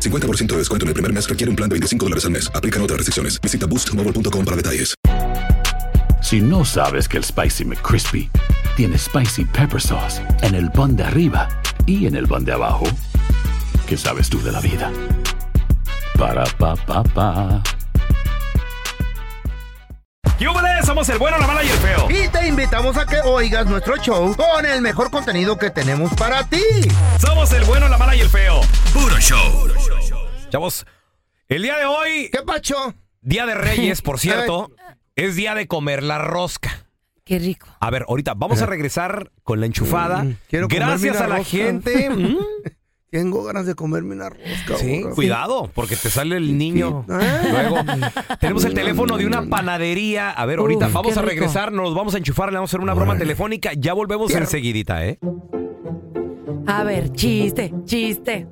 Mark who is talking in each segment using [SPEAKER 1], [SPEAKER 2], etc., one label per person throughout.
[SPEAKER 1] 50% de descuento en el primer mes requiere un plan de 25 dólares al mes. Aplican otras restricciones. Visita boostmobile.com para detalles.
[SPEAKER 2] Si no sabes que el Spicy McCrispy tiene Spicy Pepper Sauce en el pan de arriba y en el pan de abajo, ¿qué sabes tú de la vida? Para, pa, pa, pa.
[SPEAKER 3] ¡Yúbales! Somos el bueno, la mala y el feo.
[SPEAKER 4] Y te invitamos a que oigas nuestro show con el mejor contenido que tenemos para ti.
[SPEAKER 3] Somos el bueno, la mala y el feo.
[SPEAKER 5] Puro show.
[SPEAKER 3] Chavos, el día de hoy,
[SPEAKER 4] ¿Qué pacho?
[SPEAKER 3] Día de Reyes, por cierto, es día de comer la rosca.
[SPEAKER 6] Qué rico.
[SPEAKER 3] A ver, ahorita vamos a regresar con la enchufada.
[SPEAKER 4] Mm, quiero comerme
[SPEAKER 3] Gracias a
[SPEAKER 4] una
[SPEAKER 3] la
[SPEAKER 4] rosca.
[SPEAKER 3] gente. Mm,
[SPEAKER 4] Tengo ganas de comerme una rosca.
[SPEAKER 3] sí,
[SPEAKER 4] ahora.
[SPEAKER 3] cuidado, Oh, Ah. porque te sale el niño. Luego tenemos
[SPEAKER 7] Mm.
[SPEAKER 3] el teléfono de una panadería. A ver, ahorita
[SPEAKER 6] Uf,
[SPEAKER 3] vamos
[SPEAKER 6] qué
[SPEAKER 3] a
[SPEAKER 6] rico.
[SPEAKER 3] regresar, nos vamos a enchufar, le vamos a hacer una broma telefónica. Ya volvemos enseguidita, ¿eh?
[SPEAKER 6] A ver, chiste, chiste.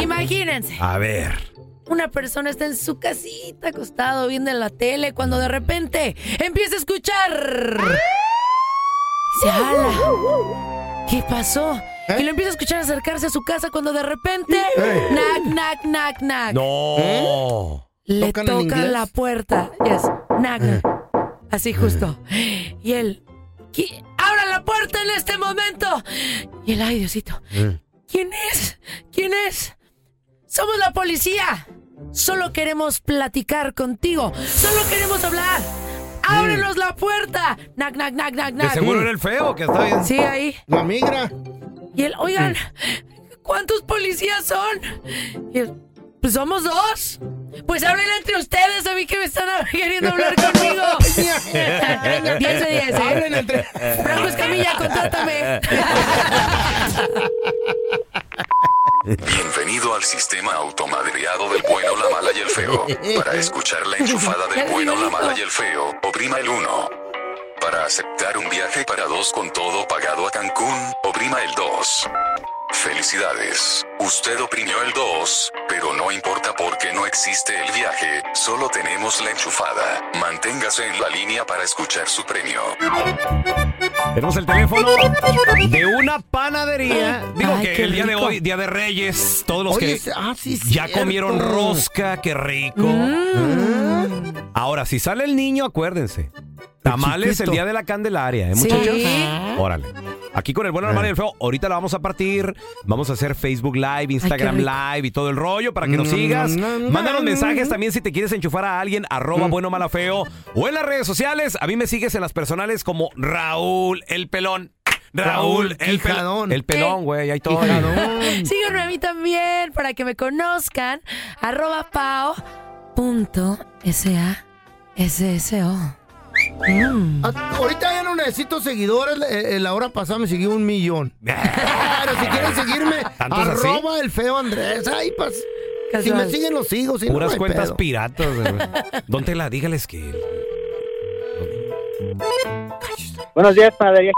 [SPEAKER 6] Imagínense,
[SPEAKER 3] A ver.
[SPEAKER 6] una persona está en su casita acostado viendo la tele cuando de repente empieza a escuchar. Se ala. ¿Qué pasó? Y lo empieza a escuchar acercarse a su casa cuando de repente. Knack, knack, knack, knack.
[SPEAKER 3] No.
[SPEAKER 6] Le
[SPEAKER 4] ¿Tocan en
[SPEAKER 6] toca
[SPEAKER 4] inglés? Eh.
[SPEAKER 6] la puerta. Yes. Knock, knock. Así justo. Y él. "¿Qui- ¡Abra la puerta en este momento! Y él, ay, Diosito.
[SPEAKER 4] Eh.
[SPEAKER 6] ¿Quién es? ¿Quién es? ¡Somos la policía! Solo queremos platicar contigo. Solo queremos hablar.
[SPEAKER 4] Eh.
[SPEAKER 6] ¡Ábrenos la puerta! Knock, knock, knock, knock,
[SPEAKER 3] De
[SPEAKER 6] knock.
[SPEAKER 3] seguro era el feo que está bien.
[SPEAKER 6] ¿Eh? Sí, ahí.
[SPEAKER 4] La migra.
[SPEAKER 6] Y él, oigan, ¿cuántos policías son? Y él, pues somos dos. Pues hablen entre ustedes, a mí que me están queriendo hablar conmigo. 10 de 10, ¿eh?
[SPEAKER 4] Hablen entre.
[SPEAKER 6] Franco Escamilla, contrátame.
[SPEAKER 5] Bienvenido al sistema automadreado del bueno, la mala y el feo. Para escuchar la enchufada del bueno, la mala y el feo, oprima el 1. Para aceptar un viaje para dos con todo pagado a Cancún, oprima el 2. Felicidades, usted oprimió el 2, pero no importa porque no existe el viaje, solo tenemos la enchufada. Manténgase en la línea para escuchar su premio.
[SPEAKER 3] Tenemos el teléfono de una panadería. Digo
[SPEAKER 6] Ay,
[SPEAKER 3] que
[SPEAKER 6] qué
[SPEAKER 3] el día de
[SPEAKER 6] rico.
[SPEAKER 3] hoy, día de Reyes, todos los
[SPEAKER 4] Oye,
[SPEAKER 3] que
[SPEAKER 4] ah, sí,
[SPEAKER 3] ya
[SPEAKER 4] cierto.
[SPEAKER 3] comieron rosca, qué rico. Ahora, si sale el niño, acuérdense. Tamales el
[SPEAKER 4] chiquito.
[SPEAKER 3] día de la Candelaria, ¿eh,
[SPEAKER 6] Sí.
[SPEAKER 3] muchachos? Órale. Aquí con el
[SPEAKER 4] Eh.
[SPEAKER 3] bueno, la mala y el feo. Ahorita la vamos a partir. Vamos a hacer Facebook Live, Instagram
[SPEAKER 6] rico.
[SPEAKER 3] Live y todo el rollo para que nos
[SPEAKER 4] Mm,
[SPEAKER 3] sigas.
[SPEAKER 4] mm, mm,
[SPEAKER 3] Mándanos
[SPEAKER 4] mm.
[SPEAKER 3] mensajes también si te quieres enchufar a alguien. Arroba bueno, mala, feo. O en las redes sociales. A mí me sigues en las personales como Raúl el pelón. Raúl
[SPEAKER 4] Raúl
[SPEAKER 3] el pelón.
[SPEAKER 4] Quijadón.
[SPEAKER 3] El pelón, güey. Ahí todo.
[SPEAKER 6] Síganme a mí también para que me conozcan. Arroba pao punto SA SSO.
[SPEAKER 4] Ah, Ahorita ya no necesito seguidores. eh, eh, La hora pasada me siguió un millón. Pero si quieren seguirme,
[SPEAKER 3] ¿Tantos así?
[SPEAKER 4] arroba el feo Andrés. Ay, pas. Si
[SPEAKER 6] Casual.
[SPEAKER 4] me siguen, los sigo. Si no,
[SPEAKER 3] Puras
[SPEAKER 4] no hay
[SPEAKER 3] cuentas
[SPEAKER 4] pedo.
[SPEAKER 3] piratas. ¿Dónde la? Dígales que...
[SPEAKER 7] Buenos días, panadería.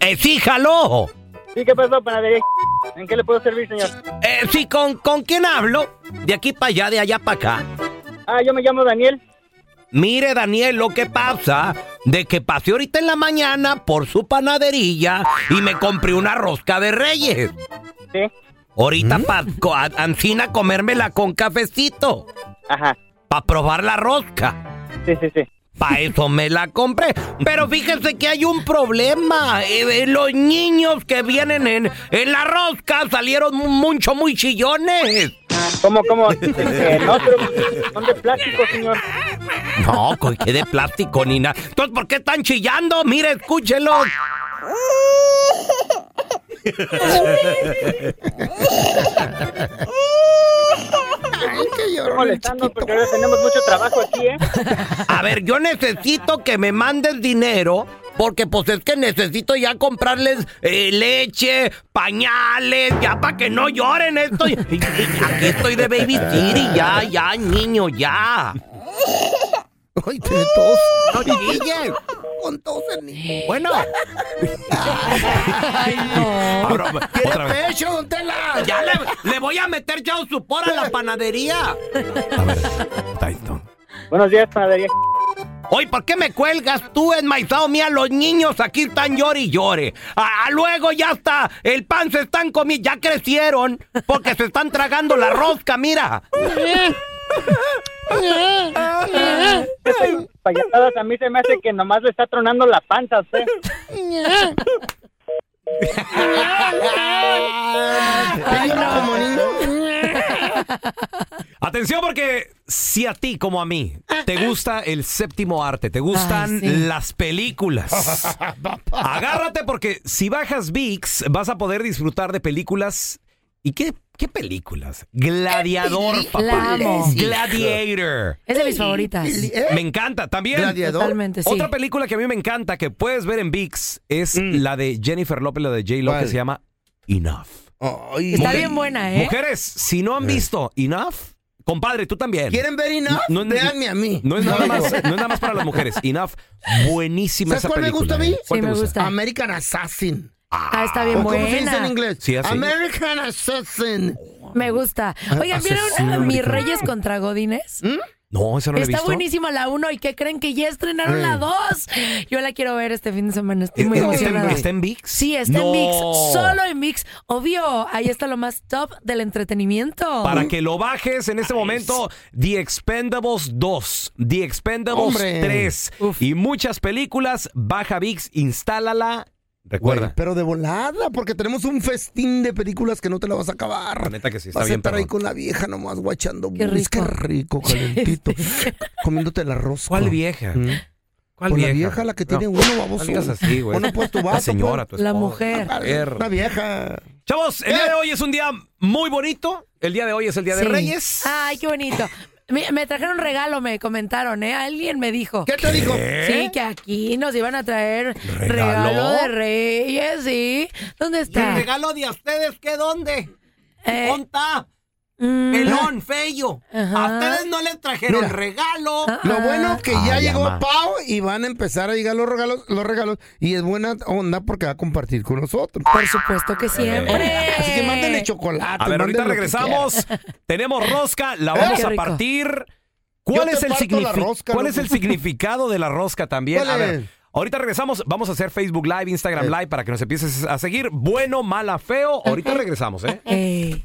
[SPEAKER 3] ¡Eh, sí, jaló!
[SPEAKER 7] Sí, ¿qué pasó, panadería? ¿En qué le puedo servir, señor?
[SPEAKER 3] Eh, sí, ¿con, ¿con quién hablo? De aquí para allá, de allá para acá.
[SPEAKER 7] Ah, yo me llamo Daniel.
[SPEAKER 3] Mire, Daniel, lo que pasa de que pasé ahorita en la mañana por su panadería y me compré una rosca de reyes.
[SPEAKER 7] Sí.
[SPEAKER 4] ¿Mm?
[SPEAKER 3] Ahorita pa' co- a- Ancina comérmela con cafecito,
[SPEAKER 7] Ajá.
[SPEAKER 3] para probar la rosca.
[SPEAKER 7] Sí, sí, sí.
[SPEAKER 3] Para eso me la compré. Pero fíjese que hay un problema. Eh, eh, los niños que vienen en, en la rosca salieron mu- mucho, muy chillones.
[SPEAKER 7] ¿Cómo, cómo? Eh, no, pero son de plástico, señor.
[SPEAKER 8] No, co- que de plástico ni nada. Entonces, ¿por qué están chillando? Mire, escúchelo.
[SPEAKER 4] Ay, qué
[SPEAKER 7] Estoy
[SPEAKER 4] llorón, el
[SPEAKER 7] molestando porque ahora tenemos mucho trabajo aquí, ¿eh?
[SPEAKER 8] A ver, yo necesito que me mandes dinero. Porque pues es que necesito ya comprarles eh, leche, pañales, ya para que no lloren esto. Y- y- y Aquí estoy de baby city, ya, ya, niño, ya.
[SPEAKER 4] chiquito. Ay, tiene tos.
[SPEAKER 8] No chillen.
[SPEAKER 4] Con tos el niño.
[SPEAKER 8] Bueno,
[SPEAKER 6] Ay, no.
[SPEAKER 8] ahora, otra vez.
[SPEAKER 4] ¡Tiene pecho, don Tela!
[SPEAKER 8] Ya le, le voy a meter chao supor a la panadería.
[SPEAKER 3] A ver, Tyson.
[SPEAKER 7] Buenos días, panadería.
[SPEAKER 8] Oye, ¿por qué me cuelgas tú, enmaizado mía? Los niños aquí están llore y llore. Ah, ah, luego ya está, el pan se están comiendo, ya crecieron, porque se están tragando la rosca, mira.
[SPEAKER 7] Payasadas, a mí se me hace que nomás le está tronando la panza a usted.
[SPEAKER 4] Ay, no, como niño.
[SPEAKER 3] Atención porque si a ti como a mí te gusta el séptimo arte, te gustan
[SPEAKER 6] Ay, sí.
[SPEAKER 3] las películas, agárrate porque si bajas VIX vas a poder disfrutar de películas. ¿Y qué, qué películas? Gladiador,
[SPEAKER 6] La
[SPEAKER 3] papá.
[SPEAKER 6] amo.
[SPEAKER 3] Gladiator.
[SPEAKER 6] Es de mis favoritas.
[SPEAKER 3] Me encanta. También
[SPEAKER 4] ¿Eh? Gladiador.
[SPEAKER 6] Totalmente, ¿Eh? sí. Mm.
[SPEAKER 3] Otra película que a mí me encanta que puedes ver en VIX es la de Jennifer López, la de J. Lo que
[SPEAKER 4] ¿Cuál?
[SPEAKER 3] se llama Enough.
[SPEAKER 4] Ay,
[SPEAKER 6] Está
[SPEAKER 4] mujer.
[SPEAKER 6] bien buena, ¿eh?
[SPEAKER 3] Mujeres, si no han visto Enough, compadre, tú también.
[SPEAKER 4] ¿Quieren ver enough?
[SPEAKER 3] No, no,
[SPEAKER 4] Véanme a mí.
[SPEAKER 3] No es, nada
[SPEAKER 4] No,
[SPEAKER 3] más,
[SPEAKER 4] no.
[SPEAKER 3] no es nada más para las mujeres. Enough, buenísima
[SPEAKER 4] ¿Sabes
[SPEAKER 3] esa
[SPEAKER 4] cuál me
[SPEAKER 3] película.
[SPEAKER 4] gusta a mí?
[SPEAKER 3] ¿eh? ¿Cuál
[SPEAKER 6] Sí,
[SPEAKER 3] te
[SPEAKER 6] me gusta.
[SPEAKER 4] American Assassin.
[SPEAKER 6] Ah, está bien
[SPEAKER 4] ¿O ¿Cómo se dice en
[SPEAKER 6] buena.
[SPEAKER 4] inglés?
[SPEAKER 3] Sí, así.
[SPEAKER 4] American Assassin.
[SPEAKER 6] Me gusta.
[SPEAKER 3] Ah,
[SPEAKER 6] Oigan,
[SPEAKER 3] asesino
[SPEAKER 6] ¿vieron Mis
[SPEAKER 3] americano.
[SPEAKER 6] Reyes contra Godines?
[SPEAKER 3] No, esa no la he
[SPEAKER 6] Está
[SPEAKER 3] visto. Eh.
[SPEAKER 6] buenísima la 1 y ¿qué creen que ya estrenaron la 2? Yo la quiero ver este fin de semana, estoy muy
[SPEAKER 3] ¿E-, ¿Está en-
[SPEAKER 6] emocionada.
[SPEAKER 3] ¿Está en VIX?
[SPEAKER 6] Sí, está
[SPEAKER 3] eh, No.
[SPEAKER 6] en Mix, solo en Mix. Obvio, ahí está lo más top del entretenimiento.
[SPEAKER 3] Para que lo bajes en este momento, The Expendables 2, The Expendables
[SPEAKER 4] Hombre.
[SPEAKER 3] 3
[SPEAKER 6] Uf.
[SPEAKER 3] y muchas películas. Baja VIX, instálala. Recuerda.
[SPEAKER 4] Güey, pero de volada, porque tenemos un festín de películas que no te la vas a acabar.
[SPEAKER 3] La neta que sí, está
[SPEAKER 4] vas a
[SPEAKER 3] bien,
[SPEAKER 4] estar ahí
[SPEAKER 3] perrón.
[SPEAKER 4] con la vieja nomás guachando.
[SPEAKER 6] Qué
[SPEAKER 4] movies.
[SPEAKER 6] rico.
[SPEAKER 4] Qué rico, calentito. comiéndote la rosca.
[SPEAKER 3] ¿Cuál vieja?
[SPEAKER 4] Mm.
[SPEAKER 3] ¿Cuál
[SPEAKER 4] Pues
[SPEAKER 3] vieja?
[SPEAKER 4] La vieja la que tiene
[SPEAKER 3] No,
[SPEAKER 4] uno, baboso.
[SPEAKER 3] no digas así, güey.
[SPEAKER 4] Bueno, pues tu
[SPEAKER 3] La
[SPEAKER 4] vato,
[SPEAKER 3] señora, tu
[SPEAKER 4] pues.
[SPEAKER 6] La
[SPEAKER 3] esposa.
[SPEAKER 6] mujer.
[SPEAKER 4] Ah,
[SPEAKER 3] Perro.
[SPEAKER 4] Una vieja.
[SPEAKER 3] Chavos, el día
[SPEAKER 8] Eh.
[SPEAKER 3] de hoy es un día muy bonito. El día de hoy es el día de
[SPEAKER 6] Sí.
[SPEAKER 3] Reyes.
[SPEAKER 6] Ay, qué bonito. Me, me trajeron regalo, me comentaron, ¿eh? Alguien me dijo.
[SPEAKER 4] ¿Qué te dijo?
[SPEAKER 6] Sí, que aquí nos iban a traer regalo,
[SPEAKER 3] ¿Regalo?
[SPEAKER 6] de Reyes, ¿sí? ¿Dónde
[SPEAKER 8] ¿Y el
[SPEAKER 6] está?
[SPEAKER 8] regalo de a ustedes qué dónde?
[SPEAKER 6] Eh,
[SPEAKER 8] Conta,
[SPEAKER 6] mm,
[SPEAKER 8] pelón, feyo.
[SPEAKER 6] Ajá.
[SPEAKER 8] A ustedes no les trajeron
[SPEAKER 4] Mira.
[SPEAKER 8] regalo.
[SPEAKER 4] Lo bueno que ya
[SPEAKER 3] Ah,
[SPEAKER 4] llegó
[SPEAKER 3] llama.
[SPEAKER 4] Pau y van a empezar a llegar los regalos, los regalos y es buena onda porque va a compartir con nosotros.
[SPEAKER 6] por supuesto que siempre.
[SPEAKER 4] Así que mándenle chocolate.
[SPEAKER 3] A ver, ahorita
[SPEAKER 4] mándenle lo que
[SPEAKER 3] regresamos. Tenemos rosca, la
[SPEAKER 4] Eh,
[SPEAKER 3] vamos
[SPEAKER 6] qué
[SPEAKER 3] a
[SPEAKER 6] rico.
[SPEAKER 3] partir. ¿Cuál
[SPEAKER 4] Yo te
[SPEAKER 3] es, el
[SPEAKER 4] parto la
[SPEAKER 3] signifi-
[SPEAKER 4] rosca,
[SPEAKER 3] ¿Cuál
[SPEAKER 4] loco.
[SPEAKER 3] es el significado de la rosca también?
[SPEAKER 4] ¿Cuál
[SPEAKER 3] A
[SPEAKER 4] es?
[SPEAKER 3] ver, ahorita regresamos. Vamos a hacer Facebook Live, Instagram
[SPEAKER 4] Eh.
[SPEAKER 3] Live para que nos empieces a seguir. Bueno, mala, feo. Ahorita regresamos, ¿eh?
[SPEAKER 6] Ey.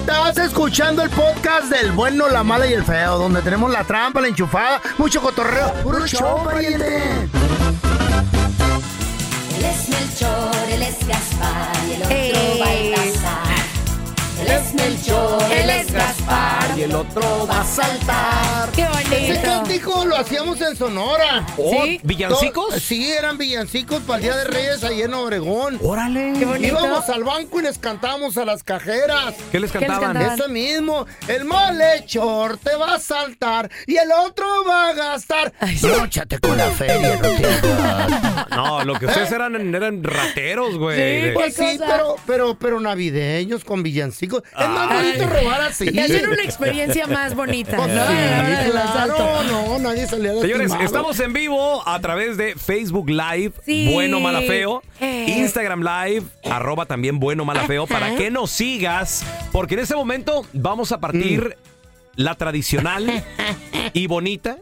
[SPEAKER 4] Está Estás escuchando el podcast del bueno, la mala y el feo, donde tenemos la trampa, la enchufada, mucho cotorreo. ¡Puro show, pariente!
[SPEAKER 9] Él es Melchor, él es Gaspar y el otro
[SPEAKER 6] Ey.
[SPEAKER 9] Baltasar. Él es Melchor, él es Gaspar y el otro va a saltar.
[SPEAKER 6] ¡Qué
[SPEAKER 4] Ese cántico lo hacíamos en Sonora.
[SPEAKER 3] Oh, ¿Sí? ¿villancicos?
[SPEAKER 4] To- Sí, eran villancicos para el Día de Reyes ahí en Obregón.
[SPEAKER 3] ¡Órale! Qué bonito.
[SPEAKER 4] Íbamos al banco y les cantábamos a las cajeras.
[SPEAKER 3] ¿Qué les ¿Qué les cantaban? cantaban?
[SPEAKER 4] Eso mismo. El malhechor te va a saltar y el otro va a gastar. Bróchate con la feria, no te hagas.
[SPEAKER 3] Eh, No, lo que ustedes eran, eran rateros, güey. De-
[SPEAKER 4] Pues sí, pero, pero, pero navideños con villancicos. Es más bonito robar así.
[SPEAKER 3] Y hacer una experiencia más bonita,
[SPEAKER 4] Pues
[SPEAKER 3] ¿no?
[SPEAKER 4] sí,
[SPEAKER 3] A la hora del asalto.
[SPEAKER 4] claro, no, nadie salía
[SPEAKER 3] Señores,
[SPEAKER 4] lastimado.
[SPEAKER 3] estamos en vivo a través de Facebook Live,
[SPEAKER 4] Sí.
[SPEAKER 3] Bueno Mala Feo,
[SPEAKER 4] Eh.
[SPEAKER 3] Instagram Live, arroba también Bueno Mala Feo, para que nos sigas, porque en este momento vamos a partir
[SPEAKER 4] Mm.
[SPEAKER 3] la tradicional y bonita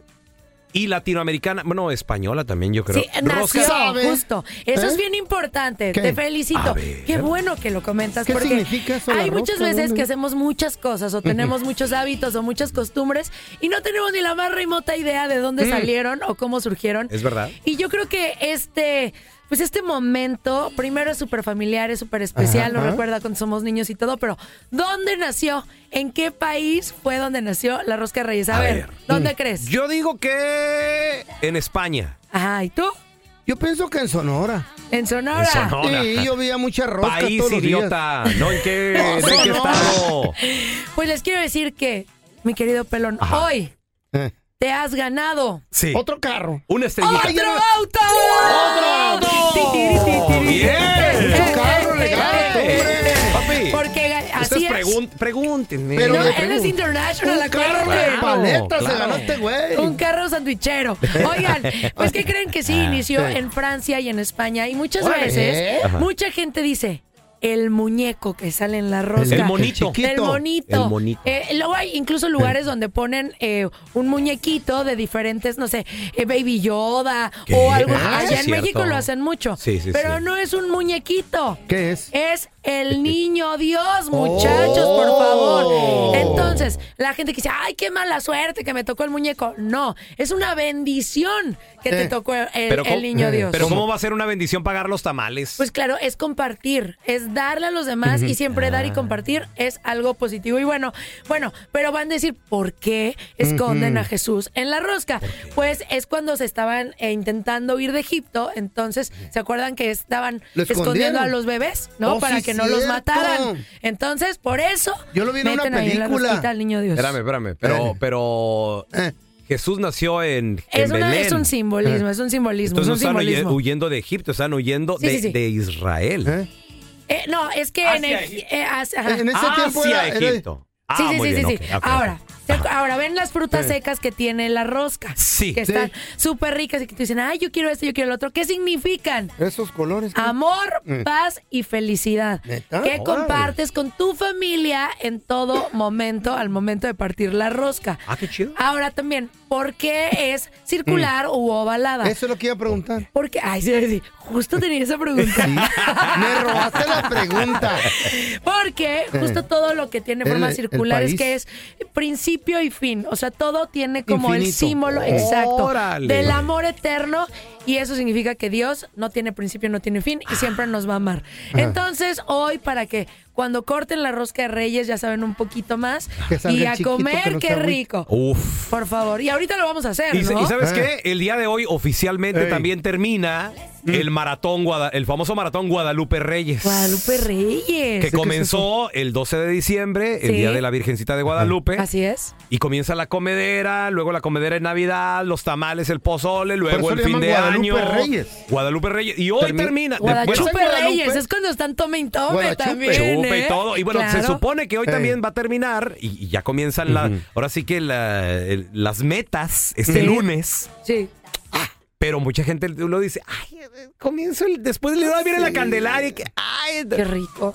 [SPEAKER 3] y latinoamericana, bueno, española también yo creo.
[SPEAKER 6] Sí, nació,
[SPEAKER 3] ¿Sabe?
[SPEAKER 6] justo. Eso
[SPEAKER 3] ¿Eh?
[SPEAKER 6] es bien importante.
[SPEAKER 3] ¿Qué?
[SPEAKER 6] Te
[SPEAKER 3] A
[SPEAKER 6] felicito.
[SPEAKER 3] ver.
[SPEAKER 6] Qué bueno que lo comentas
[SPEAKER 4] ¿Qué
[SPEAKER 6] porque
[SPEAKER 4] significa eso, la
[SPEAKER 6] hay muchas
[SPEAKER 4] rosca?
[SPEAKER 6] veces
[SPEAKER 4] ¿Dónde?
[SPEAKER 6] que hacemos muchas cosas o tenemos muchos hábitos o muchas costumbres y no tenemos ni la más remota idea de dónde
[SPEAKER 3] Mm.
[SPEAKER 6] salieron o cómo surgieron.
[SPEAKER 3] Es verdad.
[SPEAKER 6] Y yo creo que este, pues este momento, primero es súper familiar, es súper especial, nos
[SPEAKER 3] Ajá.
[SPEAKER 6] recuerda cuando somos niños y todo, pero ¿dónde nació? ¿En qué país fue donde nació la Rosca de Reyes? A,
[SPEAKER 3] A
[SPEAKER 6] ver,
[SPEAKER 3] ver. Mm.
[SPEAKER 6] ¿dónde crees?
[SPEAKER 3] Yo digo que en España.
[SPEAKER 6] Ajá, ¿y tú?
[SPEAKER 4] Yo pienso que en Sonora.
[SPEAKER 6] En Sonora.
[SPEAKER 3] En Sonora.
[SPEAKER 4] Sí, yo veía mucha rosca
[SPEAKER 3] País
[SPEAKER 4] todos los
[SPEAKER 3] idiota,
[SPEAKER 4] días.
[SPEAKER 3] no en qué, no en qué
[SPEAKER 4] Sonora.
[SPEAKER 3] estado.
[SPEAKER 6] Pues les quiero decir que, mi querido pelón, hoy
[SPEAKER 3] Eh.
[SPEAKER 6] te has ganado
[SPEAKER 3] Sí.
[SPEAKER 4] Otro carro.
[SPEAKER 3] Una estrellita.
[SPEAKER 6] ¡Otro auto! ¡Otro
[SPEAKER 3] ¡Bien!
[SPEAKER 4] carro le
[SPEAKER 3] Papi,
[SPEAKER 6] Este, Porque ga- así
[SPEAKER 3] ustedes
[SPEAKER 6] es.
[SPEAKER 3] pregun- pregúntenme.
[SPEAKER 6] Pero No, le él pregun- es international,
[SPEAKER 4] Un carro
[SPEAKER 6] acuérdate.
[SPEAKER 4] de paleta se
[SPEAKER 3] Claro.
[SPEAKER 4] ganó este güey.
[SPEAKER 6] Un carro sandwichero. Oigan, pues que creen que sí
[SPEAKER 3] Ah,
[SPEAKER 6] inició
[SPEAKER 3] sí.
[SPEAKER 6] en Francia y en España y muchas
[SPEAKER 3] Órale.
[SPEAKER 6] veces
[SPEAKER 3] Ajá.
[SPEAKER 6] mucha gente dice el muñeco que sale en la rosca.
[SPEAKER 3] El monito.
[SPEAKER 6] El monito.
[SPEAKER 3] El monito.
[SPEAKER 6] Eh, luego hay incluso lugares donde ponen eh, un muñequito de diferentes, no sé, eh, Baby Yoda
[SPEAKER 3] ¿Qué?
[SPEAKER 6] o algo.
[SPEAKER 3] Ah,
[SPEAKER 6] allá
[SPEAKER 3] sí,
[SPEAKER 6] en
[SPEAKER 3] cierto.
[SPEAKER 6] México lo hacen mucho.
[SPEAKER 3] Sí, sí,
[SPEAKER 6] pero
[SPEAKER 3] sí.
[SPEAKER 6] no es un muñequito.
[SPEAKER 4] ¿Qué es?
[SPEAKER 6] Es el niño Dios, muchachos,
[SPEAKER 3] Oh.
[SPEAKER 6] por favor. Entonces, la gente que dice, ay, qué mala suerte que me tocó el muñeco. No, es una bendición que te
[SPEAKER 3] Eh.
[SPEAKER 6] tocó el,
[SPEAKER 3] Pero
[SPEAKER 6] el
[SPEAKER 3] cómo- Eh,
[SPEAKER 6] niño Dios.
[SPEAKER 3] Pero ¿cómo va a ser una bendición pagar los tamales?
[SPEAKER 6] Pues claro, es compartir, es darle a los demás y siempre dar y
[SPEAKER 3] Ah.
[SPEAKER 6] compartir es algo positivo y bueno. Bueno, pero van a decir, ¿por qué esconden
[SPEAKER 3] Ujú.
[SPEAKER 6] a Jesús en la rosca? Pues es cuando se estaban eh, intentando huir de Egipto, entonces, ¿se acuerdan que estaban
[SPEAKER 4] Lo
[SPEAKER 6] escondiendo
[SPEAKER 4] escondieron.
[SPEAKER 6] a los bebés, ¿no?
[SPEAKER 4] Oh,
[SPEAKER 6] Para
[SPEAKER 4] sí,
[SPEAKER 6] que no los
[SPEAKER 4] cierto.
[SPEAKER 6] mataran. Entonces, por eso...
[SPEAKER 4] Yo lo vi en una
[SPEAKER 6] meten ahí en la
[SPEAKER 4] película.
[SPEAKER 6] rosquita al niño Dios.
[SPEAKER 3] Espérame, espérame. Eh. Pero, pero Jesús nació en, en
[SPEAKER 6] Es, una-
[SPEAKER 3] Belén.
[SPEAKER 6] es un simbolismo, es un simbolismo,
[SPEAKER 3] Entonces eh, no
[SPEAKER 6] es un
[SPEAKER 3] están huye-
[SPEAKER 6] simbolismo.
[SPEAKER 3] huyendo de Egipto, están huyendo
[SPEAKER 6] Sí,
[SPEAKER 3] de,
[SPEAKER 6] sí, sí.
[SPEAKER 3] de Israel.
[SPEAKER 6] Eh, no, es que en, el- eh, as- ajá.
[SPEAKER 4] En ese tiempo
[SPEAKER 3] Hacia
[SPEAKER 4] era- era-
[SPEAKER 3] Egipto. Ah,
[SPEAKER 6] sí, sí,
[SPEAKER 3] muy
[SPEAKER 6] sí,
[SPEAKER 3] bien,
[SPEAKER 6] sí.
[SPEAKER 3] ok,
[SPEAKER 6] sí.
[SPEAKER 3] ok, ok.
[SPEAKER 6] ahora, ¿se acu- ahora ven las frutas
[SPEAKER 3] Eh.
[SPEAKER 6] secas que tiene la rosca.
[SPEAKER 3] Sí.
[SPEAKER 6] Que
[SPEAKER 3] Sí.
[SPEAKER 6] están súper ricas y que tú dicen, ay, yo quiero esto, yo quiero el otro. ¿Qué significan?
[SPEAKER 4] Esos colores. ¿qué?
[SPEAKER 6] Amor,
[SPEAKER 3] Mm.
[SPEAKER 4] Eh.
[SPEAKER 6] paz y felicidad.
[SPEAKER 4] ¿Neta?
[SPEAKER 6] Que
[SPEAKER 4] Órale.
[SPEAKER 6] compartes con tu familia en todo momento, al momento de partir la rosca.
[SPEAKER 3] Ah, qué chido. Mm.
[SPEAKER 6] Ahora también, ¿por qué es circular u ovalada?
[SPEAKER 4] Eso es lo que iba a preguntar.
[SPEAKER 6] Porque, ay, sí, sí, justo tenía esa pregunta.
[SPEAKER 4] Me robaste la pregunta. Eh,
[SPEAKER 6] Porque justo todo lo que tiene
[SPEAKER 4] El-
[SPEAKER 6] forma
[SPEAKER 4] el
[SPEAKER 6] circular es
[SPEAKER 4] país.
[SPEAKER 6] que es principio y fin. O sea, todo tiene como el
[SPEAKER 4] Infinito.
[SPEAKER 6] símbolo exacto
[SPEAKER 3] Órale.
[SPEAKER 6] del amor eterno. Y eso significa que Dios no tiene principio, no tiene fin y siempre nos va a amar.
[SPEAKER 4] Ajá.
[SPEAKER 6] Entonces, hoy, para que cuando corten la rosca de reyes ya saben un poquito más.
[SPEAKER 3] Que salga
[SPEAKER 6] Y
[SPEAKER 3] el
[SPEAKER 6] a
[SPEAKER 3] chiquito,
[SPEAKER 6] comer,
[SPEAKER 3] que no
[SPEAKER 6] qué
[SPEAKER 3] sea muy-
[SPEAKER 6] rico.
[SPEAKER 3] Uf.
[SPEAKER 6] Por favor. Y ahorita lo vamos a hacer.
[SPEAKER 3] Y, se-
[SPEAKER 6] ¿no?
[SPEAKER 3] y sabes qué? El día de hoy oficialmente también termina el maratón, Guada- el famoso maratón Guadalupe Reyes.
[SPEAKER 6] Guadalupe Reyes.
[SPEAKER 3] Que comenzó el 12 de diciembre, el
[SPEAKER 6] Sí.
[SPEAKER 3] día de la Virgencita de Guadalupe.
[SPEAKER 6] Así es.
[SPEAKER 3] Y comienza la comedera, luego la comedera en Navidad, los tamales, el pozole, luego
[SPEAKER 4] eso
[SPEAKER 3] el
[SPEAKER 4] le
[SPEAKER 3] fin
[SPEAKER 4] llaman
[SPEAKER 3] de
[SPEAKER 4] Guadalupe
[SPEAKER 3] año.
[SPEAKER 4] Reyes.
[SPEAKER 3] Guadalupe Reyes. Y hoy termina. de- bueno,
[SPEAKER 6] Guadalupe
[SPEAKER 4] Guadalupe.
[SPEAKER 6] Reyes, es cuando están tome y tome
[SPEAKER 3] Guadalupe.
[SPEAKER 6] también.
[SPEAKER 3] Chupe
[SPEAKER 6] ¿eh?
[SPEAKER 3] y todo. Y bueno, se
[SPEAKER 6] Claro.
[SPEAKER 3] supone que hoy
[SPEAKER 6] Eh.
[SPEAKER 3] también va a terminar y, y ya comienzan la, ahora sí que la- el- las metas este
[SPEAKER 6] Sí.
[SPEAKER 3] lunes.
[SPEAKER 6] Sí.
[SPEAKER 3] Pero mucha gente lo dice, ay, comienzo el, después le da bien la candelaria. y que- ay,
[SPEAKER 6] Qué rico.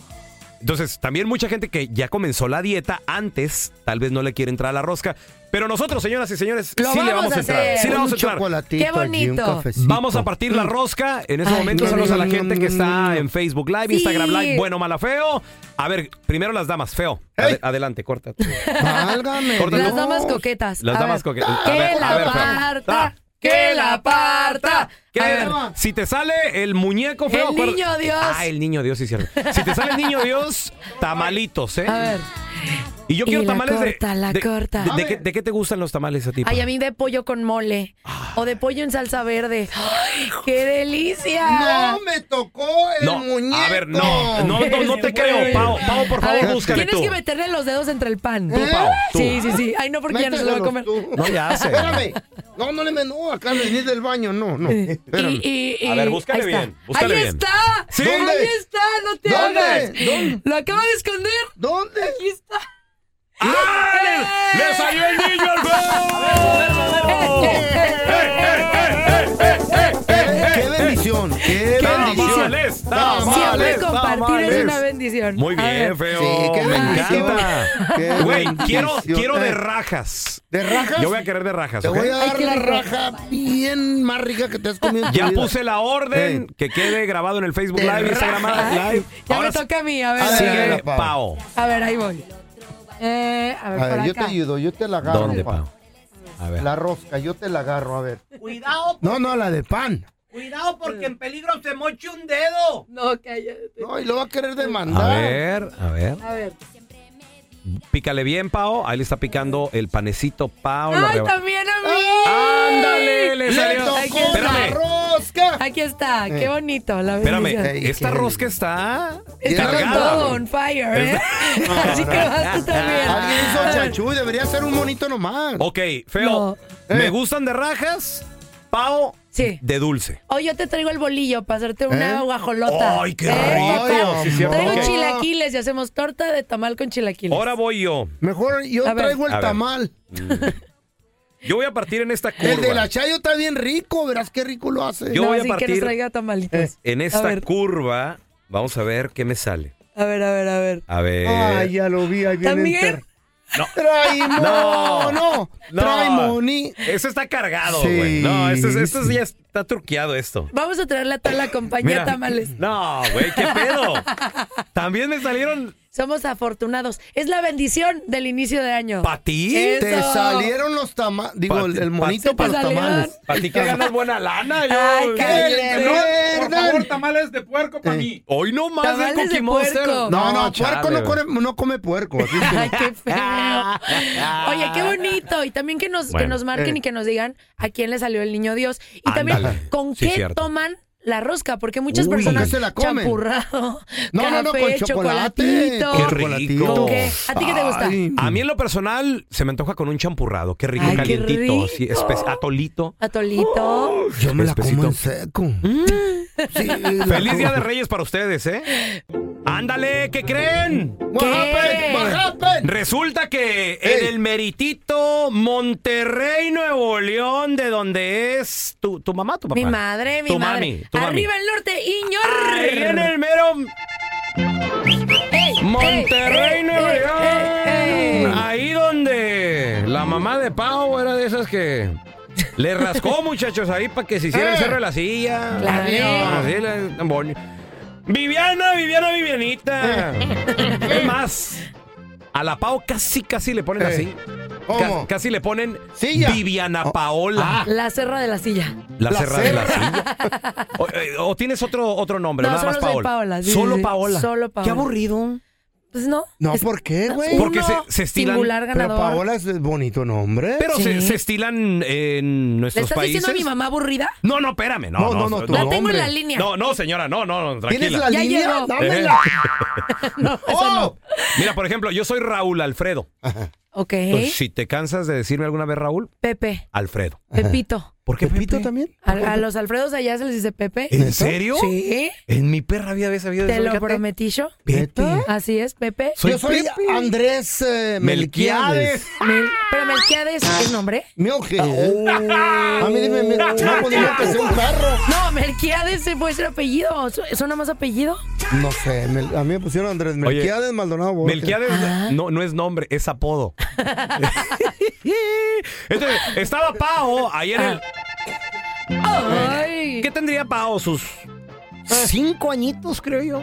[SPEAKER 3] Entonces, también mucha gente que ya comenzó la dieta antes, tal vez no le quiere entrar a la rosca, pero nosotros, señoras y señores,
[SPEAKER 4] Lo
[SPEAKER 3] sí le
[SPEAKER 4] vamos
[SPEAKER 3] vamos
[SPEAKER 4] a
[SPEAKER 3] a entrar.
[SPEAKER 4] hacer.
[SPEAKER 3] Sí le
[SPEAKER 4] Un
[SPEAKER 3] vamos a entrar.
[SPEAKER 4] chocolatito Qué allí, un bonito. cafecito.
[SPEAKER 3] Vamos a partir la
[SPEAKER 4] Mm.
[SPEAKER 3] rosca. En este
[SPEAKER 4] Ay,
[SPEAKER 3] momento,
[SPEAKER 4] no,
[SPEAKER 3] saludos
[SPEAKER 4] no,
[SPEAKER 3] a la
[SPEAKER 4] no,
[SPEAKER 3] gente
[SPEAKER 4] no,
[SPEAKER 3] que
[SPEAKER 4] no, no,
[SPEAKER 3] está
[SPEAKER 4] no.
[SPEAKER 3] en Facebook Live,
[SPEAKER 4] Sí.
[SPEAKER 3] Instagram Live, bueno, mala, feo. A ver, primero las damas, feo. Ade- adelante, córtate.
[SPEAKER 4] Válgame.
[SPEAKER 3] Corta
[SPEAKER 6] Las
[SPEAKER 3] tú.
[SPEAKER 6] damas coquetas.
[SPEAKER 3] Las
[SPEAKER 6] A
[SPEAKER 3] damas
[SPEAKER 6] ver.
[SPEAKER 3] coquetas. A
[SPEAKER 6] Que
[SPEAKER 3] ver,
[SPEAKER 6] la
[SPEAKER 3] a ver, Ah. feo.
[SPEAKER 6] parta. Que la parta.
[SPEAKER 3] ¿Qué?
[SPEAKER 6] A ver,
[SPEAKER 3] Si te sale el muñeco feo,
[SPEAKER 6] El
[SPEAKER 3] acuérdate-
[SPEAKER 6] niño Dios.
[SPEAKER 3] Ah, el niño Dios, sí, cierto. Si te sale el niño Dios, tamalitos, ¿eh?
[SPEAKER 6] A ver.
[SPEAKER 3] Y yo
[SPEAKER 6] Y
[SPEAKER 3] quiero
[SPEAKER 6] la
[SPEAKER 3] tamales de-
[SPEAKER 6] corta,
[SPEAKER 3] de.
[SPEAKER 6] la corta.
[SPEAKER 3] de-
[SPEAKER 6] A
[SPEAKER 3] de
[SPEAKER 6] ver.
[SPEAKER 3] qué, de qué te gustan los tamales a ti?
[SPEAKER 6] Ay, a mí de pollo con mole.
[SPEAKER 3] Ah.
[SPEAKER 6] O de pollo en salsa verde. ¡Ay, ¡Qué delicia!
[SPEAKER 4] No me tocó el
[SPEAKER 3] No,
[SPEAKER 4] muñeco.
[SPEAKER 3] a ver, no, no, no, no te creo, Pau. Pau, por
[SPEAKER 6] A
[SPEAKER 3] favor,
[SPEAKER 6] ver,
[SPEAKER 3] búscale
[SPEAKER 6] Tienes
[SPEAKER 3] tú.
[SPEAKER 6] que meterle los dedos entre el pan.
[SPEAKER 4] Tú, Pau, tú.
[SPEAKER 6] Sí, sí, sí. Ay, no, porque ya no se lo voy a comer.
[SPEAKER 4] Méteselos tú.
[SPEAKER 3] No, ya sé.
[SPEAKER 4] Espérame. No, no le me no, acá le di del baño, no, no. Espérame.
[SPEAKER 6] Eh, Y- y-
[SPEAKER 3] A ver,
[SPEAKER 6] y-
[SPEAKER 3] búscale
[SPEAKER 6] ahí está.
[SPEAKER 3] bien, búscale
[SPEAKER 6] ¡Ahí
[SPEAKER 3] bien.
[SPEAKER 6] está!
[SPEAKER 3] ¿Sí?
[SPEAKER 6] ¡Ahí
[SPEAKER 3] ¿Dónde?
[SPEAKER 6] está! ¡No te
[SPEAKER 3] ¿Dónde?
[SPEAKER 6] hagas!
[SPEAKER 3] ¿Dónde?
[SPEAKER 6] ¡Lo acaba de esconder!
[SPEAKER 4] ¿Dónde?
[SPEAKER 6] ¡Aquí está!
[SPEAKER 3] ¡Ay! ¡Le salió el niño al
[SPEAKER 4] Eh,
[SPEAKER 6] eh,
[SPEAKER 4] ¡Qué bendición! ¡Qué, bendición!
[SPEAKER 3] Tamales,
[SPEAKER 6] Siempre
[SPEAKER 3] tamales,
[SPEAKER 6] compartir es una
[SPEAKER 3] tamales.
[SPEAKER 6] bendición.
[SPEAKER 3] Muy
[SPEAKER 6] A ver.
[SPEAKER 3] bien, feo.
[SPEAKER 4] Sí, qué
[SPEAKER 3] Me
[SPEAKER 4] bendición.
[SPEAKER 3] encanta.
[SPEAKER 4] Qué
[SPEAKER 3] Güey,
[SPEAKER 4] bendición.
[SPEAKER 3] quiero, quiero de
[SPEAKER 4] Eh.
[SPEAKER 3] rajas.
[SPEAKER 4] ¿De rajas?
[SPEAKER 3] Yo voy a querer de rajas.
[SPEAKER 4] Te
[SPEAKER 3] ¿ok?
[SPEAKER 4] voy a dar
[SPEAKER 6] qué
[SPEAKER 4] la
[SPEAKER 6] rico.
[SPEAKER 4] raja bien más rica que te has comido en tu
[SPEAKER 3] Ya
[SPEAKER 4] vida.
[SPEAKER 3] puse la orden que quede grabado en el Facebook
[SPEAKER 4] De
[SPEAKER 3] Live, Instagram
[SPEAKER 6] rajas.
[SPEAKER 3] Live.
[SPEAKER 6] Ya
[SPEAKER 3] Ahora
[SPEAKER 6] me toca a mí, a ver. a ver, a ver.
[SPEAKER 3] sigue
[SPEAKER 4] Pao.
[SPEAKER 3] Pao.
[SPEAKER 6] A ver, ahí voy. Eh, a ver,
[SPEAKER 4] A
[SPEAKER 6] por
[SPEAKER 4] ver, yo te
[SPEAKER 6] acá.
[SPEAKER 4] ayudo, yo te la agarro.
[SPEAKER 3] ¿Dónde,
[SPEAKER 4] pa.
[SPEAKER 3] Pau? A ver.
[SPEAKER 4] La rosca, yo te la agarro, a ver.
[SPEAKER 8] Cuidado,
[SPEAKER 4] No, no, la de pan.
[SPEAKER 8] cuidado, porque en peligro se moche un dedo.
[SPEAKER 6] No, cállate.
[SPEAKER 4] No, y lo va a querer
[SPEAKER 3] A
[SPEAKER 4] demandar.
[SPEAKER 3] ver, a ver.
[SPEAKER 6] A ver.
[SPEAKER 3] Pícale bien, Pao. Ahí le está picando el panecito, Pao. lo
[SPEAKER 6] ¡Ay,
[SPEAKER 3] reba-
[SPEAKER 6] también a mí!
[SPEAKER 3] ¡Ándale! Le
[SPEAKER 4] ¡Le
[SPEAKER 3] salió.
[SPEAKER 4] tocó
[SPEAKER 6] Aquí está.
[SPEAKER 3] Espérame.
[SPEAKER 4] ¡Rosca!
[SPEAKER 6] Aquí está, qué
[SPEAKER 4] Eh.
[SPEAKER 6] bonito, la bendición.
[SPEAKER 3] Espérame, esta rosca está
[SPEAKER 6] Está con todo,
[SPEAKER 3] cargada.
[SPEAKER 6] on fire, ¿eh? Así que vas tú también.
[SPEAKER 4] Alguien hizo
[SPEAKER 6] A ver,
[SPEAKER 4] chanchuy, debería ser un monito nomás.
[SPEAKER 3] Ok, feo.
[SPEAKER 4] No.
[SPEAKER 3] Me
[SPEAKER 4] Eh.
[SPEAKER 3] gustan de rajas, Pao
[SPEAKER 6] Sí.
[SPEAKER 3] de dulce.
[SPEAKER 6] Hoy yo te traigo el bolillo para hacerte una
[SPEAKER 4] ¿Eh?
[SPEAKER 6] guajolota. ¿Eh?
[SPEAKER 3] ¡Ay, qué
[SPEAKER 6] papá?
[SPEAKER 3] rico! Sí, cierto.
[SPEAKER 6] Traigo
[SPEAKER 3] Ok.
[SPEAKER 6] chilaquiles y hacemos torta de tamal con chilaquiles.
[SPEAKER 3] Ahora voy yo.
[SPEAKER 4] Mejor yo
[SPEAKER 6] A ver.
[SPEAKER 4] traigo el
[SPEAKER 3] A ver.
[SPEAKER 4] tamal.
[SPEAKER 3] Yo voy a partir en esta
[SPEAKER 4] El de la
[SPEAKER 3] curva.
[SPEAKER 4] chayo está bien rico, verás qué rico lo hace.
[SPEAKER 3] Yo eh.
[SPEAKER 6] no,
[SPEAKER 3] voy a
[SPEAKER 6] así que nos
[SPEAKER 3] partir Eh.
[SPEAKER 6] traiga tamalitos.
[SPEAKER 3] en
[SPEAKER 6] A
[SPEAKER 3] esta
[SPEAKER 6] ver.
[SPEAKER 3] curva. Vamos a ver qué me sale.
[SPEAKER 6] A ver, a ver, a ver.
[SPEAKER 3] A ver.
[SPEAKER 4] Ay, ya lo vi, ahí viene
[SPEAKER 6] ¿También?
[SPEAKER 4] enter. Traimo, no,
[SPEAKER 3] No.
[SPEAKER 4] no,
[SPEAKER 3] No.
[SPEAKER 4] traimo, ni...
[SPEAKER 3] Ese está cargado,
[SPEAKER 4] Sí.
[SPEAKER 3] güey. No, este, es- este es- ya está truqueado esto.
[SPEAKER 6] Vamos a traerle a toda la compañía
[SPEAKER 3] Mira.
[SPEAKER 6] tamales.
[SPEAKER 3] No, güey, qué pedo. También me salieron
[SPEAKER 6] Somos afortunados. Es la bendición del inicio de año.
[SPEAKER 3] para ti.
[SPEAKER 6] Eh.
[SPEAKER 4] Te
[SPEAKER 6] Eso.
[SPEAKER 4] salieron los tamales, digo,
[SPEAKER 3] Pa-
[SPEAKER 4] el, el
[SPEAKER 3] pa-
[SPEAKER 4] monito
[SPEAKER 3] se
[SPEAKER 4] para los
[SPEAKER 6] te salieron.
[SPEAKER 4] tamales.
[SPEAKER 3] Para ti que ganas buena lana. Yo,
[SPEAKER 6] Ay,
[SPEAKER 3] ¿Qué?
[SPEAKER 6] cállate.
[SPEAKER 4] Por favor,
[SPEAKER 8] tamales de puerco para mí.
[SPEAKER 3] Hoy no más del
[SPEAKER 6] Tamales de
[SPEAKER 3] Cookie Monster.
[SPEAKER 6] puerco.
[SPEAKER 4] No, no,
[SPEAKER 3] chale,
[SPEAKER 4] puerco no
[SPEAKER 3] güey.
[SPEAKER 4] come, no come puerco. así es que-
[SPEAKER 6] Ay, qué feo. Oye, qué bonito. Y también que nos, que
[SPEAKER 3] Bueno.
[SPEAKER 6] nos marquen
[SPEAKER 4] Eh.
[SPEAKER 6] y que nos digan a quién le salió el niño Dios. Y
[SPEAKER 3] Ándale.
[SPEAKER 6] también con
[SPEAKER 3] Sí,
[SPEAKER 6] qué
[SPEAKER 3] cierto.
[SPEAKER 6] toman la rosca, porque muchas
[SPEAKER 3] Uy.
[SPEAKER 4] ¿Con
[SPEAKER 6] personas
[SPEAKER 4] qué se la comen?
[SPEAKER 6] champurrado,
[SPEAKER 4] No, no, no,
[SPEAKER 6] café,
[SPEAKER 4] con chocolate.
[SPEAKER 6] chocolatito.
[SPEAKER 3] Qué
[SPEAKER 4] Con chocolatito.
[SPEAKER 3] rico.
[SPEAKER 6] ¿Con qué? ¿A ti qué te gusta?
[SPEAKER 4] Ay,
[SPEAKER 3] A mí en lo personal se me antoja con un champurrado. Qué rico,
[SPEAKER 6] Ay, qué
[SPEAKER 3] calientito. así,
[SPEAKER 6] rico.
[SPEAKER 3] espe- atolito.
[SPEAKER 6] Atolito.
[SPEAKER 4] Yo me la
[SPEAKER 3] Espesito.
[SPEAKER 4] como en seco.
[SPEAKER 6] Mm.
[SPEAKER 4] Sí, la
[SPEAKER 3] Feliz
[SPEAKER 4] como-
[SPEAKER 3] Día de Reyes para ustedes, ¿eh? Ándale, ¿qué creen?
[SPEAKER 4] What happened? What happened?
[SPEAKER 3] Resulta que en
[SPEAKER 4] Ey.
[SPEAKER 3] el meritito Monterrey, Nuevo León, de donde es tu, tu mamá, tu papá.
[SPEAKER 6] Mi madre, mi
[SPEAKER 3] tu
[SPEAKER 6] madre.
[SPEAKER 3] Mami, tu mami.
[SPEAKER 6] Arriba el norte,
[SPEAKER 3] Ahí en
[SPEAKER 6] Iñor.
[SPEAKER 3] el mero
[SPEAKER 6] Ey,
[SPEAKER 3] Monterrey,
[SPEAKER 6] ey,
[SPEAKER 3] Nuevo
[SPEAKER 6] ey, ey,
[SPEAKER 3] León.
[SPEAKER 6] ey.
[SPEAKER 3] Ahí donde la mamá de Pau era de esas que le rascó, muchachos, ahí para que se hiciera el cerro de la silla.
[SPEAKER 6] Eh. Claro.
[SPEAKER 3] Así, la- tan boni- Viviana, Viviana, Vivianita.
[SPEAKER 6] Eh.
[SPEAKER 3] es más, a la Pau casi, casi le ponen
[SPEAKER 4] Eh,
[SPEAKER 3] así. Ca-
[SPEAKER 4] ¿Cómo?
[SPEAKER 3] casi le ponen
[SPEAKER 4] Silla.
[SPEAKER 3] Viviana Paola.
[SPEAKER 6] La serra de Oh. Ah. la silla.
[SPEAKER 3] La,
[SPEAKER 4] La
[SPEAKER 3] cerrada de la
[SPEAKER 4] cerra.
[SPEAKER 3] silla. O, eh, o tienes otro, otro nombre,
[SPEAKER 6] No,
[SPEAKER 3] nada más
[SPEAKER 6] solo soy
[SPEAKER 3] Paola.
[SPEAKER 6] Paola, sí,
[SPEAKER 3] solo
[SPEAKER 6] sí, sí.
[SPEAKER 3] Paola.
[SPEAKER 6] Solo
[SPEAKER 3] Qué
[SPEAKER 6] Paola.
[SPEAKER 3] aburrido.
[SPEAKER 6] Pues no.
[SPEAKER 4] No,
[SPEAKER 6] Es-
[SPEAKER 4] ¿por qué, güey?
[SPEAKER 6] uno
[SPEAKER 3] Porque se- se estilan-
[SPEAKER 6] Singular
[SPEAKER 4] Pero
[SPEAKER 6] ganador.
[SPEAKER 4] Paola es bonito nombre.
[SPEAKER 3] Pero se,
[SPEAKER 6] Sí.
[SPEAKER 3] se estilan en
[SPEAKER 6] ¿Le
[SPEAKER 3] nuestros
[SPEAKER 6] estás
[SPEAKER 3] países.
[SPEAKER 6] diciendo a mi mamá aburrida?
[SPEAKER 3] No, no, espérame. No,
[SPEAKER 4] No,
[SPEAKER 3] no,
[SPEAKER 4] no, no, tú
[SPEAKER 6] La
[SPEAKER 4] No,
[SPEAKER 6] tengo en
[SPEAKER 4] hombre.
[SPEAKER 6] la línea.
[SPEAKER 3] No, no, señora, no, no, no,
[SPEAKER 4] ¿Tienes
[SPEAKER 3] tranquila.
[SPEAKER 4] la
[SPEAKER 3] Eh.
[SPEAKER 6] Ya
[SPEAKER 4] línea?
[SPEAKER 6] llegó.
[SPEAKER 4] Dámela.
[SPEAKER 6] No, eso no. ¿Eh?
[SPEAKER 4] ¡Oh!
[SPEAKER 3] Mira, por ejemplo, yo soy Raúl Alfredo.
[SPEAKER 6] Ok.
[SPEAKER 3] Entonces, si te cansas de decirme alguna vez Raúl,
[SPEAKER 6] Pepe.
[SPEAKER 3] Alfredo.
[SPEAKER 6] Pepito.
[SPEAKER 3] ¿Por qué
[SPEAKER 4] ¿Pepito
[SPEAKER 3] Pepe?
[SPEAKER 4] también?
[SPEAKER 6] A, a los Alfredos allá se les dice Pepe.
[SPEAKER 3] ¿En serio?
[SPEAKER 6] Sí.
[SPEAKER 3] En mi perra vida había sabido
[SPEAKER 6] Te
[SPEAKER 3] eso,
[SPEAKER 6] lo
[SPEAKER 3] fíjate.
[SPEAKER 6] prometí yo.
[SPEAKER 3] Pepe.
[SPEAKER 4] ¿Neta?
[SPEAKER 6] Así es, Pepe.
[SPEAKER 3] Soy
[SPEAKER 4] Yo soy
[SPEAKER 3] Pepe.
[SPEAKER 4] Andrés eh, Melquiades.
[SPEAKER 6] Mel- pero Melchor Melquiades, ¿es nombre?
[SPEAKER 4] Mioje.
[SPEAKER 3] Oh.
[SPEAKER 4] A mí dime, me- no, pues dime que sea un perro.
[SPEAKER 6] No, Melquiades se puede ser apellido. ¿Su- ¿Suena más apellido?
[SPEAKER 4] No sé, Mel- a mí me pusieron Andrés
[SPEAKER 3] Oye,
[SPEAKER 4] Melquiades Maldonado. Borges.
[SPEAKER 3] Melquiades
[SPEAKER 6] Ah.
[SPEAKER 3] no, no es nombre, es apodo. Entonces, estaba Pao ahí en
[SPEAKER 6] Ah.
[SPEAKER 3] el.
[SPEAKER 6] Ay.
[SPEAKER 3] ¿Qué tendría Pao? Sus
[SPEAKER 4] Cinco añitos, creo yo.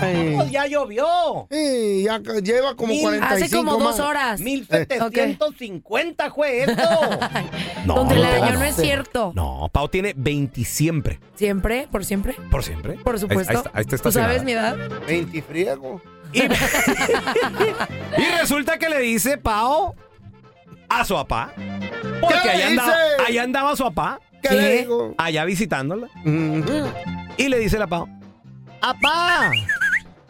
[SPEAKER 4] Ay.
[SPEAKER 8] Pues ya llovió.
[SPEAKER 4] Sí, ya ca- lleva como
[SPEAKER 8] Mil-
[SPEAKER 4] 45
[SPEAKER 8] hace como dos
[SPEAKER 4] más.
[SPEAKER 8] horas. 1750 fue esto.
[SPEAKER 3] No,
[SPEAKER 6] Donde la
[SPEAKER 3] te
[SPEAKER 6] dañó
[SPEAKER 3] vas.
[SPEAKER 6] no es cierto.
[SPEAKER 3] No, Pao tiene 20 siempre.
[SPEAKER 6] ¿Siempre? ¿Por siempre?
[SPEAKER 3] ¿Por siempre?
[SPEAKER 6] Por
[SPEAKER 3] Ahí-
[SPEAKER 6] supuesto.
[SPEAKER 3] Ahí, está, ahí está
[SPEAKER 6] ¿Tú
[SPEAKER 3] estacionada.
[SPEAKER 6] sabes mi edad?
[SPEAKER 4] 20 friego.
[SPEAKER 3] Y resulta que le dice Pao a su papá. Porque
[SPEAKER 9] ¿Qué
[SPEAKER 3] allá
[SPEAKER 9] le
[SPEAKER 3] andaba,
[SPEAKER 9] dice?
[SPEAKER 3] allá andaba su papá.
[SPEAKER 9] ¿Qué le digo?
[SPEAKER 3] Allá visitándola.
[SPEAKER 4] Mm,
[SPEAKER 3] Y le dice la Pao. ¡Apá!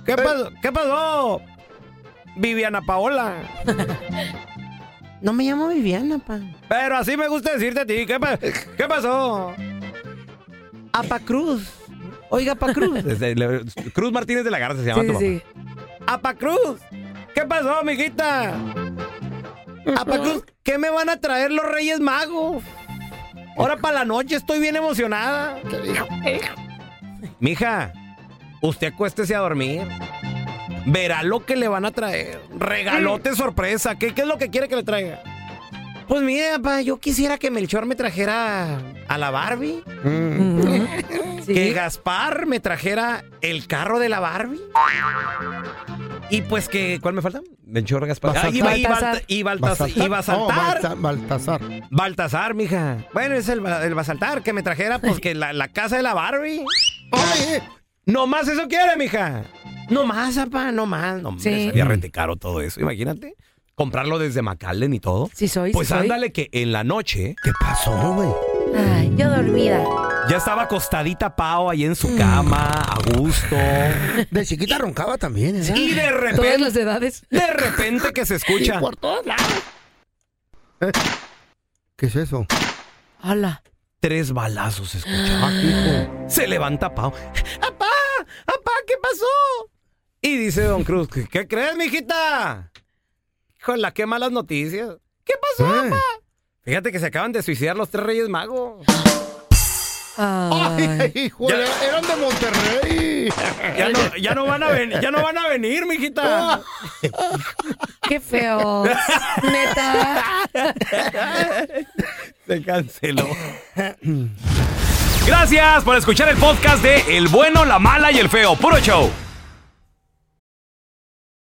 [SPEAKER 3] ¿Qué, pasó? ¿Qué pasó? Viviana Paola.
[SPEAKER 4] No me llamo Viviana, pa.
[SPEAKER 3] Pero así me gusta decirte a ti. ¿Qué, pa- qué pasó?
[SPEAKER 4] Apa Cruz. Oiga, pa Cruz.
[SPEAKER 3] Desde- le- Cruz Martínez de la Garza se llama
[SPEAKER 4] Sí,
[SPEAKER 3] tu papá.
[SPEAKER 4] sí.
[SPEAKER 3] ¡Apa Cruz! ¿Qué pasó, mijita? ¡Apa Cruz! ¿Qué me van a traer los Reyes Magos? Ahora para la noche estoy bien emocionada. Mija, usted acuéstese a dormir. Verá lo que le van a traer. Regalote sorpresa. ¿Qué, qué es lo que quiere que le traiga? Pues mira, papá, yo quisiera que Melchor me trajera a la Barbie. Que Gaspar me trajera el carro de la Barbie. Y pues que. ¿Cuál me falta? Melchor Gaspar. Ah, y, Ba- y Balta- y Baltas- y Basaltar.
[SPEAKER 4] Oh, Balta- Baltasar.
[SPEAKER 3] Baltasar, mija. Bueno, es el, ba- el Basaltar que me trajera, pues que la, la casa de la Barbie.
[SPEAKER 4] eh.
[SPEAKER 3] No más eso quiere, mija. No más, apa, no más. No,
[SPEAKER 6] Sí.
[SPEAKER 3] sí. Sería rete caro todo eso, imagínate. Comprarlo desde McAllen y todo.
[SPEAKER 6] Sí soy,
[SPEAKER 3] Pues
[SPEAKER 6] sí soy.
[SPEAKER 3] ándale que en la noche. ¿Qué pasó, güey?
[SPEAKER 6] Ay, yo dormida.
[SPEAKER 3] Ya estaba acostadita Pao ahí en su cama, a gusto.
[SPEAKER 4] De chiquita roncaba también, ¿eh?
[SPEAKER 3] Y de repente.
[SPEAKER 6] Todas las edades.
[SPEAKER 3] De repente que se escucha.
[SPEAKER 4] Y por todos lados. Eh, ¿Qué es eso?
[SPEAKER 6] ¡Hala!
[SPEAKER 3] Tres balazos se escuchaban. Se levanta Pau. ¡Apá! ¡Apá! ¿Qué pasó? Y dice Don Cruz, ¿qué, qué crees, mijita? Híjole, qué malas noticias. ¿Qué pasó, papá? Fíjate que se acaban de suicidar los tres reyes magos.
[SPEAKER 4] Ay, hijo,
[SPEAKER 3] Ya-
[SPEAKER 4] era- eran de Monterrey.
[SPEAKER 3] Ya no, ya no van a venir, ya no van a venir, mijita.
[SPEAKER 6] ¡Qué feo! Neta.
[SPEAKER 3] Se canceló. Gracias por escuchar el podcast de El bueno, la mala y el feo. Puro show.